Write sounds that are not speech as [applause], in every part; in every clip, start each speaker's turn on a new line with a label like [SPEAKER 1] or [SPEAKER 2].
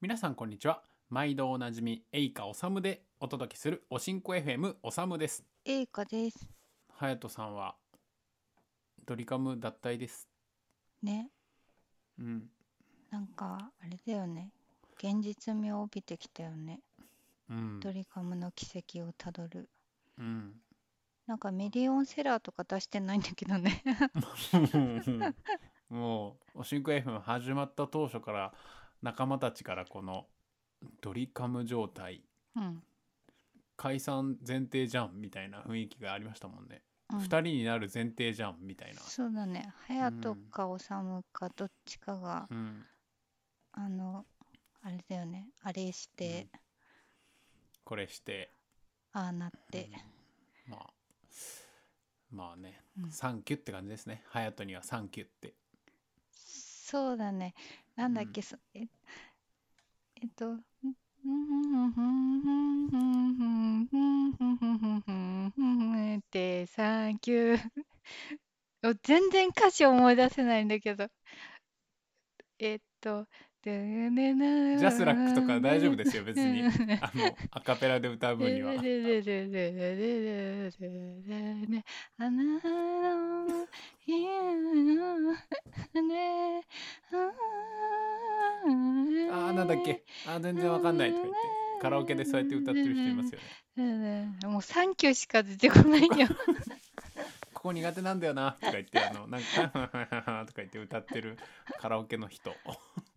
[SPEAKER 1] 皆さんこんにちは毎度おなじみエイカおさむでお届けするおしんこ FM おさむです
[SPEAKER 2] えいかです。
[SPEAKER 1] はやとさんはドリカム脱退です
[SPEAKER 2] ね、
[SPEAKER 1] うん
[SPEAKER 2] なんかあれだよね。現実味を帯びてきたよね。
[SPEAKER 1] うん
[SPEAKER 2] ドリカムの軌跡をたどる。
[SPEAKER 1] うん [laughs]
[SPEAKER 2] なんかミリオンセラーとか出してないんだけ
[SPEAKER 1] [laughs]
[SPEAKER 2] どね。
[SPEAKER 1] もうおしんこ FM 始まった当初から仲間たちからこのドリカム状態
[SPEAKER 2] うん。
[SPEAKER 1] 解散前提じゃんみたいな雰囲気がありましたもんね、
[SPEAKER 2] うん
[SPEAKER 1] 二人になる前提じゃんみたいな
[SPEAKER 2] そうだね。隼
[SPEAKER 1] う
[SPEAKER 2] 人
[SPEAKER 1] ん
[SPEAKER 2] か修かどっちかが、
[SPEAKER 1] うん
[SPEAKER 2] あの、あれだよね。あれして、
[SPEAKER 1] これして
[SPEAKER 2] ああなって。
[SPEAKER 1] まあまあね、
[SPEAKER 2] うん
[SPEAKER 1] サンキュって感じですね隼人にはサンキュって
[SPEAKER 2] そうだね。なんだっけ、
[SPEAKER 1] うん
[SPEAKER 2] そえ、えっと、んうんって、サンキュー。お全然歌詞思い出せないんだけど。えっと、
[SPEAKER 1] ジ
[SPEAKER 2] ジャ
[SPEAKER 1] ャスラックとか大丈夫ですよ別に
[SPEAKER 2] ね
[SPEAKER 1] あのアカペラで歌う分にはあーなんだっけあー全然わかんないとか言ってカラオケでそうやって歌ってる人いますよね
[SPEAKER 2] もうサンキューしか出てこないよ。
[SPEAKER 1] ここ苦手なんだよなとか言 [laughs] ってあのなんかとか言って歌ってるカラオケの人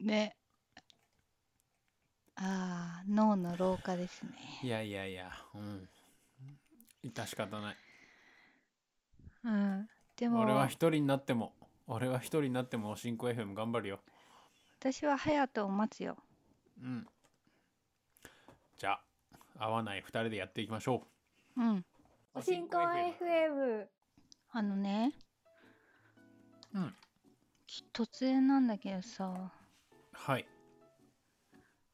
[SPEAKER 2] ね。ああ、脳の老化ですね。
[SPEAKER 1] いやいやいやうん致し方ない
[SPEAKER 2] うん。でも、
[SPEAKER 1] 俺は一人になっても俺は一人になってもおしんこ FM 頑張るよ
[SPEAKER 2] 私は隼人を待つよ。
[SPEAKER 1] うんじゃあ合わない二人でやっていきましょ
[SPEAKER 2] うん。
[SPEAKER 1] う
[SPEAKER 3] おしんこ FM。
[SPEAKER 2] あのね、
[SPEAKER 1] うん
[SPEAKER 2] き突然なんだけどさ、
[SPEAKER 1] はい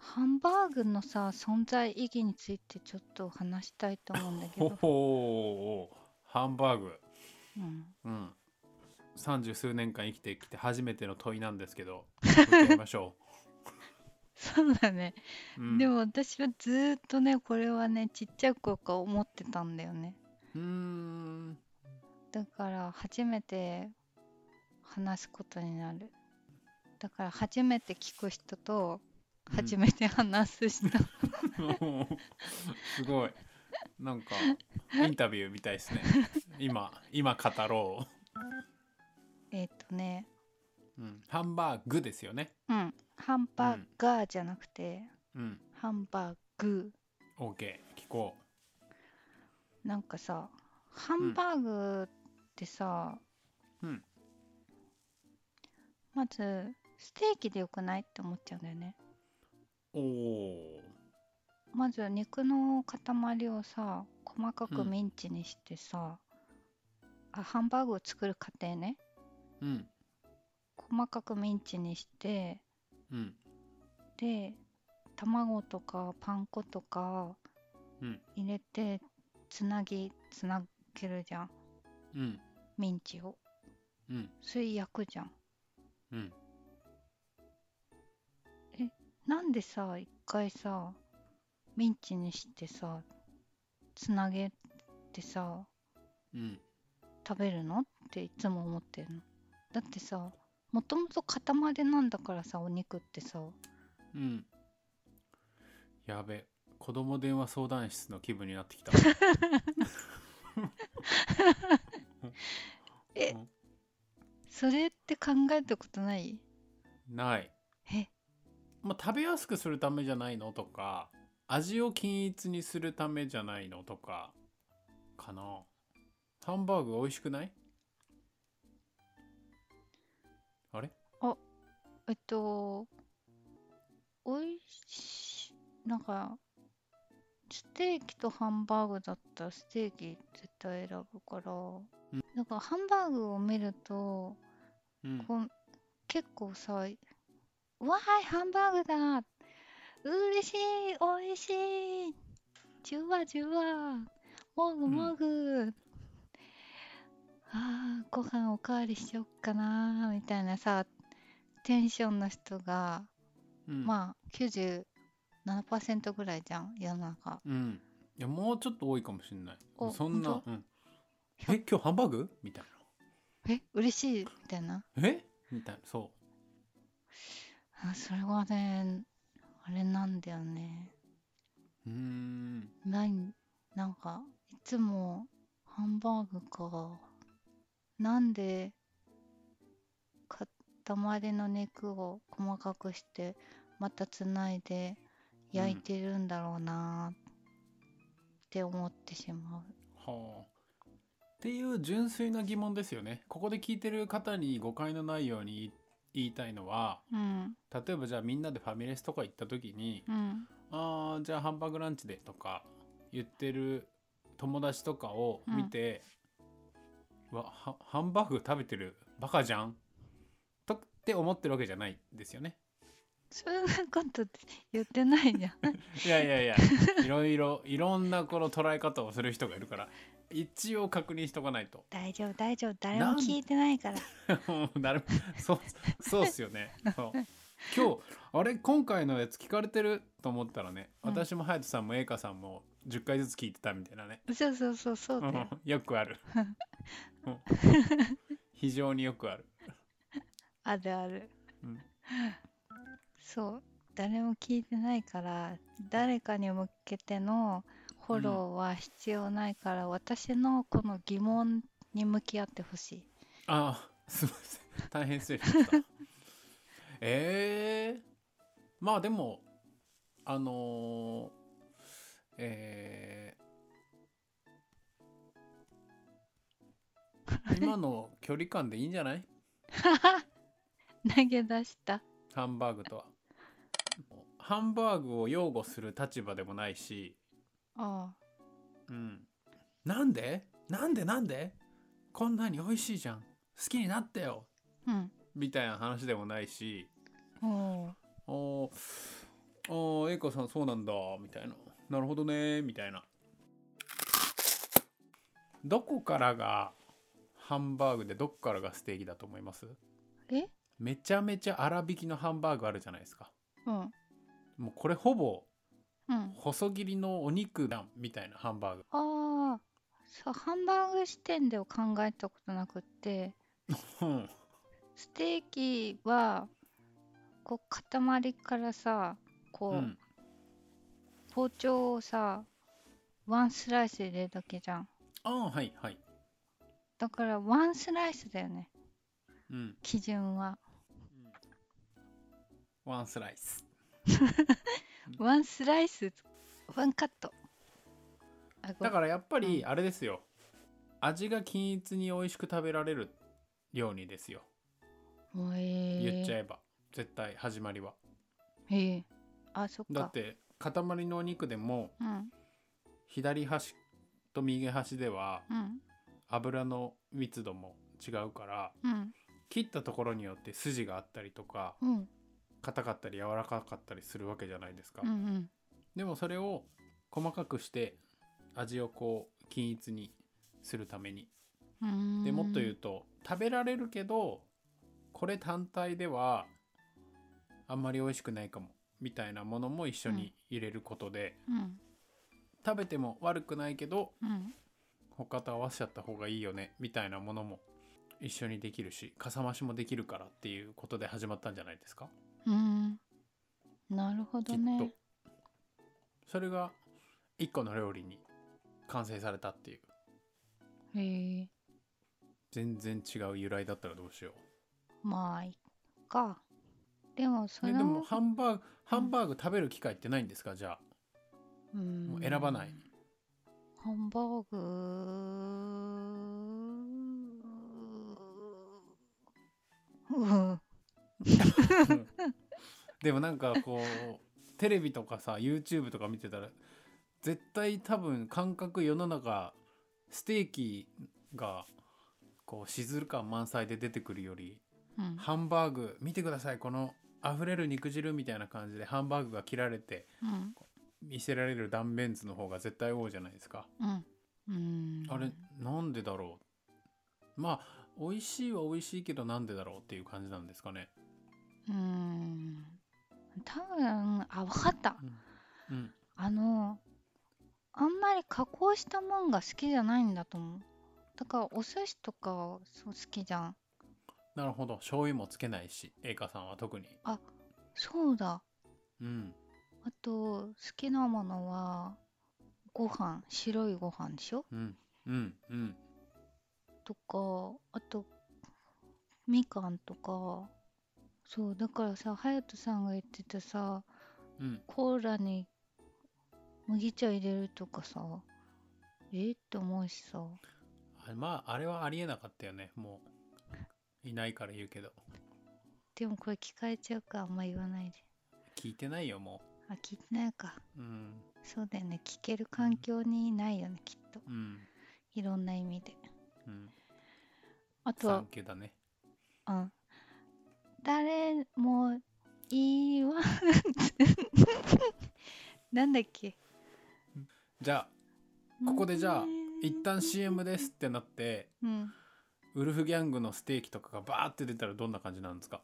[SPEAKER 2] ハンバーグのさ、存在意義についてちょっと話したいと思うんだけ
[SPEAKER 1] ほ
[SPEAKER 2] ど、
[SPEAKER 1] ほーハンバーグ
[SPEAKER 2] うん、
[SPEAKER 1] うん三十数年間生きてきて初めての問いなんですけ [laughs] ど向き合いましょ
[SPEAKER 2] そうだね、
[SPEAKER 1] う、うん、
[SPEAKER 2] でも私はずーっとね、これはね、ちっちゃい頃から思ってたんだよね。
[SPEAKER 1] うーん [laughs]
[SPEAKER 2] だから初めて話すことになる。だから初めて聞く人と、
[SPEAKER 1] うん
[SPEAKER 2] 初めて話す
[SPEAKER 1] [laughs]
[SPEAKER 2] 人。
[SPEAKER 1] すごいなん
[SPEAKER 2] [laughs]
[SPEAKER 1] かインタビューみたいですね今今語ろ
[SPEAKER 2] えっとね、
[SPEAKER 1] う、うん、ハンバーグですよね
[SPEAKER 2] うん、ハンバーガーじゃなくて、
[SPEAKER 1] うん
[SPEAKER 2] ハンバーグ
[SPEAKER 1] OK 聞こ
[SPEAKER 2] なんかさハンバーグってさ、
[SPEAKER 1] うん
[SPEAKER 2] まずステーキでよくないって思っちゃうんだよね
[SPEAKER 1] うおー
[SPEAKER 2] まず肉の塊をさ細かく
[SPEAKER 1] うん
[SPEAKER 2] ミンチにしてさ、あハンバーグを作る過程ね
[SPEAKER 1] うん
[SPEAKER 2] 細かくミンチにして
[SPEAKER 1] うん
[SPEAKER 2] で卵とかパン粉とか
[SPEAKER 1] うん
[SPEAKER 2] 入れてつなぎつなげるじゃん
[SPEAKER 1] うん
[SPEAKER 2] ミンチを
[SPEAKER 1] うん
[SPEAKER 2] それ焼くじゃん
[SPEAKER 1] うん
[SPEAKER 2] なんでさ一回さミンチにしてさつなげてさ
[SPEAKER 1] うん
[SPEAKER 2] 食べるのっていつも思ってるのだってさもともと塊なんだからさお肉ってさ
[SPEAKER 1] うんやべ子供電話相談室の気分になってきた
[SPEAKER 2] え
[SPEAKER 1] うん
[SPEAKER 2] それって考えたことない
[SPEAKER 1] ない
[SPEAKER 2] え
[SPEAKER 1] まあ、食べやすくするためじゃないのとか味を均一にするためじゃないのとかかなハンバーグ美味しくないあれ
[SPEAKER 2] えっとおいしなんかステーキとハンバーグだったらステーキ絶対選ぶから、なんかハンバーグを見ると
[SPEAKER 1] うん
[SPEAKER 2] こう結構さ「わーいハンバーグだ嬉しい美味しいじゅわじゅわもぐもぐ」あーご飯おかわりしよっかな」みたいなさテンションの人が
[SPEAKER 1] うん
[SPEAKER 2] まあ97%ぐらいじゃん世の中
[SPEAKER 1] うんいやもうちょっと多いかもしれない
[SPEAKER 2] お
[SPEAKER 1] そんな
[SPEAKER 2] 本、
[SPEAKER 1] うん、
[SPEAKER 2] ひゃ
[SPEAKER 1] え今日ハンバーグみたい
[SPEAKER 2] え嬉しいみたいな
[SPEAKER 1] なえみたいなそ
[SPEAKER 2] あそれはねあれなんだよね
[SPEAKER 1] ううーん
[SPEAKER 2] ないなんかいつもハンバーグかなんで塊の肉を細かくしてまたつないで焼いてるんだろうなーって思ってしま
[SPEAKER 1] はあっていう純粋な疑問ですよねここで聞いてる方に誤解のないように言いたいのは
[SPEAKER 2] ううん
[SPEAKER 1] 例えばじゃあみんなでファミレスとか行った時に
[SPEAKER 2] うん
[SPEAKER 1] あーじゃあハンバーグランチでとか言ってる友達とかを見て、うわハハンバーグ食べてるバカじゃんとって思ってるわけじゃないですよね。
[SPEAKER 2] そんなこと言ってないじゃん
[SPEAKER 1] いやいやいやいろいろいろんなこの捉え方をする人がいるから一応確認しとかないと
[SPEAKER 2] [laughs] 大丈夫大丈夫誰
[SPEAKER 1] な
[SPEAKER 2] も
[SPEAKER 1] ん
[SPEAKER 2] 聞いてないから
[SPEAKER 1] [laughs] もう誰もそうそうっすよね。そう今日あれ今回のやつ聞かれてると思ったらね
[SPEAKER 2] うん
[SPEAKER 1] 私も隼人さんも栄華さんも10回ずつ聞いてたみたいなね。
[SPEAKER 2] [laughs] そうそうそうそうだよ
[SPEAKER 1] うんよくある
[SPEAKER 2] [laughs]
[SPEAKER 1] うん非常によくある
[SPEAKER 2] あるある、
[SPEAKER 1] うん
[SPEAKER 2] そう誰も聞いてないから誰かに向けてのフォローは必要ないから、私のこの疑問に向き合ってほしい
[SPEAKER 1] ああすいません大変失礼しました [laughs] ええまあでもあのー、えー今の距離感でいいんじゃない
[SPEAKER 2] 投げ出した
[SPEAKER 1] ハンバーグとはハンバーグを擁護する立場でもないし
[SPEAKER 2] ああ
[SPEAKER 1] うん、なんでなんでなんでこんなに美味しいじゃん好きになってよ
[SPEAKER 2] うん
[SPEAKER 1] みたいな話でもないし
[SPEAKER 2] おう
[SPEAKER 1] おーおー栄子さんそうなんだみたいななるほどねみたいなどこからがハンバーグでどこからがステーキだと思います
[SPEAKER 2] え
[SPEAKER 1] めちゃめちゃ粗挽きのハンバーグあるじゃないですか
[SPEAKER 2] うん
[SPEAKER 1] もうこれほぼ
[SPEAKER 2] うん
[SPEAKER 1] 細切りのお肉だみたいなハンバーグ
[SPEAKER 2] ああそうハンバーグ視点では考えたことなくって
[SPEAKER 1] うん
[SPEAKER 2] ステーキはこう塊からさこう、
[SPEAKER 1] うん
[SPEAKER 2] 包丁をさワンスライスで入れるだけじゃん
[SPEAKER 1] ああはいはい
[SPEAKER 2] だからワンスライスだよね
[SPEAKER 1] うん
[SPEAKER 2] 基準は
[SPEAKER 1] ワンスライス。
[SPEAKER 2] ワンスライスワンカットあごめ
[SPEAKER 1] だ
[SPEAKER 2] ん
[SPEAKER 1] からやっぱり
[SPEAKER 2] う
[SPEAKER 1] あれですよ。味が均一に美味しく食べられるようにですよ。
[SPEAKER 2] もうえー、
[SPEAKER 1] 言っちゃ
[SPEAKER 2] え
[SPEAKER 1] えば。絶対始まりは。
[SPEAKER 2] えあそっか
[SPEAKER 1] だって塊のお肉でも
[SPEAKER 2] うん
[SPEAKER 1] 左端と右端では
[SPEAKER 2] うん
[SPEAKER 1] 油の密度も違うから
[SPEAKER 2] うん
[SPEAKER 1] 切ったところによって筋があったりとか
[SPEAKER 2] うん
[SPEAKER 1] 硬かったり柔らかかったりするわけじゃないですか。
[SPEAKER 2] うんうん
[SPEAKER 1] でもそれを細かくして味をこう均一にするために
[SPEAKER 2] うーん
[SPEAKER 1] でもっと言うと食べられるけどこれ単体ではあんまり美味しくないかもみたいなものも一緒に入れることで、
[SPEAKER 2] うん
[SPEAKER 1] 食べても悪くないけど
[SPEAKER 2] うん
[SPEAKER 1] 他と合わせちゃった方がいいよねみたいなものも一緒にできるしかさ増しもできるからっていうことで始まったんじゃないですか、
[SPEAKER 2] うーんなるほ
[SPEAKER 1] き
[SPEAKER 2] ど
[SPEAKER 1] っと
[SPEAKER 2] ね
[SPEAKER 1] それが一個の料理に完成されたっていう
[SPEAKER 2] へえ
[SPEAKER 1] 全然違う由来だったらどうしよう
[SPEAKER 2] まあいっかでもそ
[SPEAKER 1] ね
[SPEAKER 2] れ
[SPEAKER 1] でもハンバーグハンバーグ食べる機会ってないんですかじゃあ
[SPEAKER 2] も
[SPEAKER 1] もう選ばない
[SPEAKER 2] ハンバーグうん
[SPEAKER 1] うんでもなんかこうテレビとかさ YouTube とか見てたら絶対多分感覚世の中ステーキがこうシズル感満載で出てくるより
[SPEAKER 2] うん
[SPEAKER 1] ハンバーグ見てくださいこの溢れる肉汁みたいな感じでハンバーグが切られて
[SPEAKER 2] うん
[SPEAKER 1] 見せられる断面図の方が絶対多いじゃないですか。
[SPEAKER 2] うんうん
[SPEAKER 1] あれなんでだろうまあ美味しいは美味しいけどなんでだろうっていう感じなんですかね。
[SPEAKER 2] うん多分あ分かった
[SPEAKER 1] うんうん
[SPEAKER 2] あのあんまり加工したもんが好きじゃないんだと思うだからお寿司とかそう好きじゃん
[SPEAKER 1] なるほど醤油もつけないし栄華さんは特に
[SPEAKER 2] そうだ
[SPEAKER 1] うん
[SPEAKER 2] あと好きなものはご飯白いご飯でしょ
[SPEAKER 1] うんうんうん
[SPEAKER 2] とかあとみかんとかそうだからさ隼人さんが言ってたさ
[SPEAKER 1] うん
[SPEAKER 2] コーラに麦茶入れるとかさえって思うしさ
[SPEAKER 1] あまああれはありえなかったよねもういないから言うけど
[SPEAKER 2] でもこれ聞かれちゃうからあんま言わないで
[SPEAKER 1] 聞いてないよも
[SPEAKER 2] あ聞いてないか
[SPEAKER 1] ううん
[SPEAKER 2] そうだよね聞ける環境にないよねきっと
[SPEAKER 1] うん
[SPEAKER 2] いろんな意味で
[SPEAKER 1] うん
[SPEAKER 2] あと
[SPEAKER 1] サ
[SPEAKER 2] は
[SPEAKER 1] ンキューだね
[SPEAKER 2] うん誰も言わん [laughs] なんだっけ
[SPEAKER 1] じゃあここでじゃあ一旦 CM ですってなって
[SPEAKER 2] うん
[SPEAKER 1] ウルフギャングのステーキとかがバーって出たらどんな感じなんですか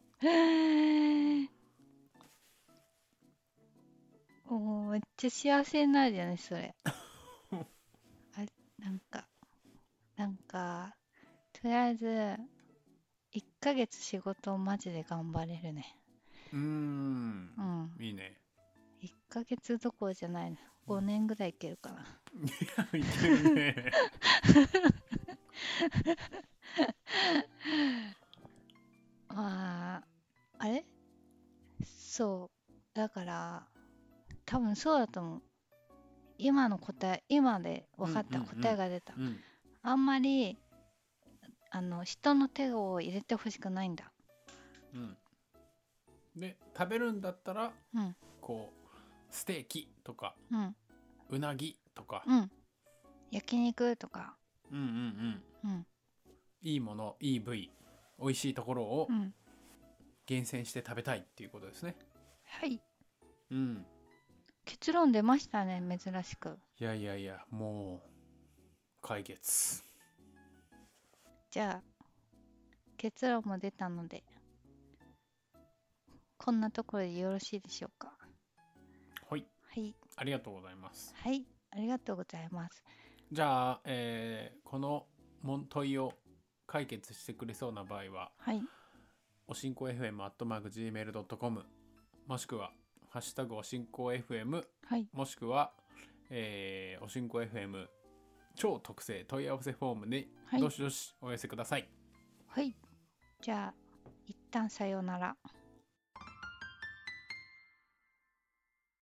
[SPEAKER 2] おーめっちゃ幸せになるじゃない
[SPEAKER 1] [laughs]
[SPEAKER 2] それあなんかなんかとりあえず1ヶ月仕事をマジで頑張れるね
[SPEAKER 1] うーん
[SPEAKER 2] うん
[SPEAKER 1] いいね
[SPEAKER 2] 1ヶ月どころじゃないな5年ぐらいいけるかない
[SPEAKER 1] けるね
[SPEAKER 2] まああれそうだから多分そうだと思う今の答え今で分かった
[SPEAKER 1] うんうんうん
[SPEAKER 2] 答えが出た、
[SPEAKER 1] [laughs] うん
[SPEAKER 2] あんまりあの人の手を入れてほしくないんだ
[SPEAKER 1] うんで食べるんだったら
[SPEAKER 2] うん
[SPEAKER 1] こうステーキとか
[SPEAKER 2] うん
[SPEAKER 1] うなぎとか、
[SPEAKER 2] うん焼肉とか
[SPEAKER 1] うん、うんうん
[SPEAKER 2] うん
[SPEAKER 1] いいものいい部位美味しいところを
[SPEAKER 2] うん
[SPEAKER 1] 厳選して食べたいっていうことですね
[SPEAKER 2] はい
[SPEAKER 1] うん
[SPEAKER 2] 結論出ましたね珍しく
[SPEAKER 1] いやいやいやもう解決
[SPEAKER 2] じゃあ結論も出たのでこんなところでよろしいでしょうか
[SPEAKER 1] はい
[SPEAKER 2] はい
[SPEAKER 1] ありがとうございます
[SPEAKER 2] はいありがとうございます
[SPEAKER 1] じゃあ、えーこの問問いを解決してくれそうな場合は
[SPEAKER 2] はい
[SPEAKER 1] おしんこ FM.gmail.com もしくは「ハッシュタグおしんこ FM」
[SPEAKER 2] はい
[SPEAKER 1] もしくは、えーおしんこ FM 超特製問い合わせフォームで
[SPEAKER 2] はい
[SPEAKER 1] どしどしお寄せください。
[SPEAKER 2] はいじゃあ一旦さようなら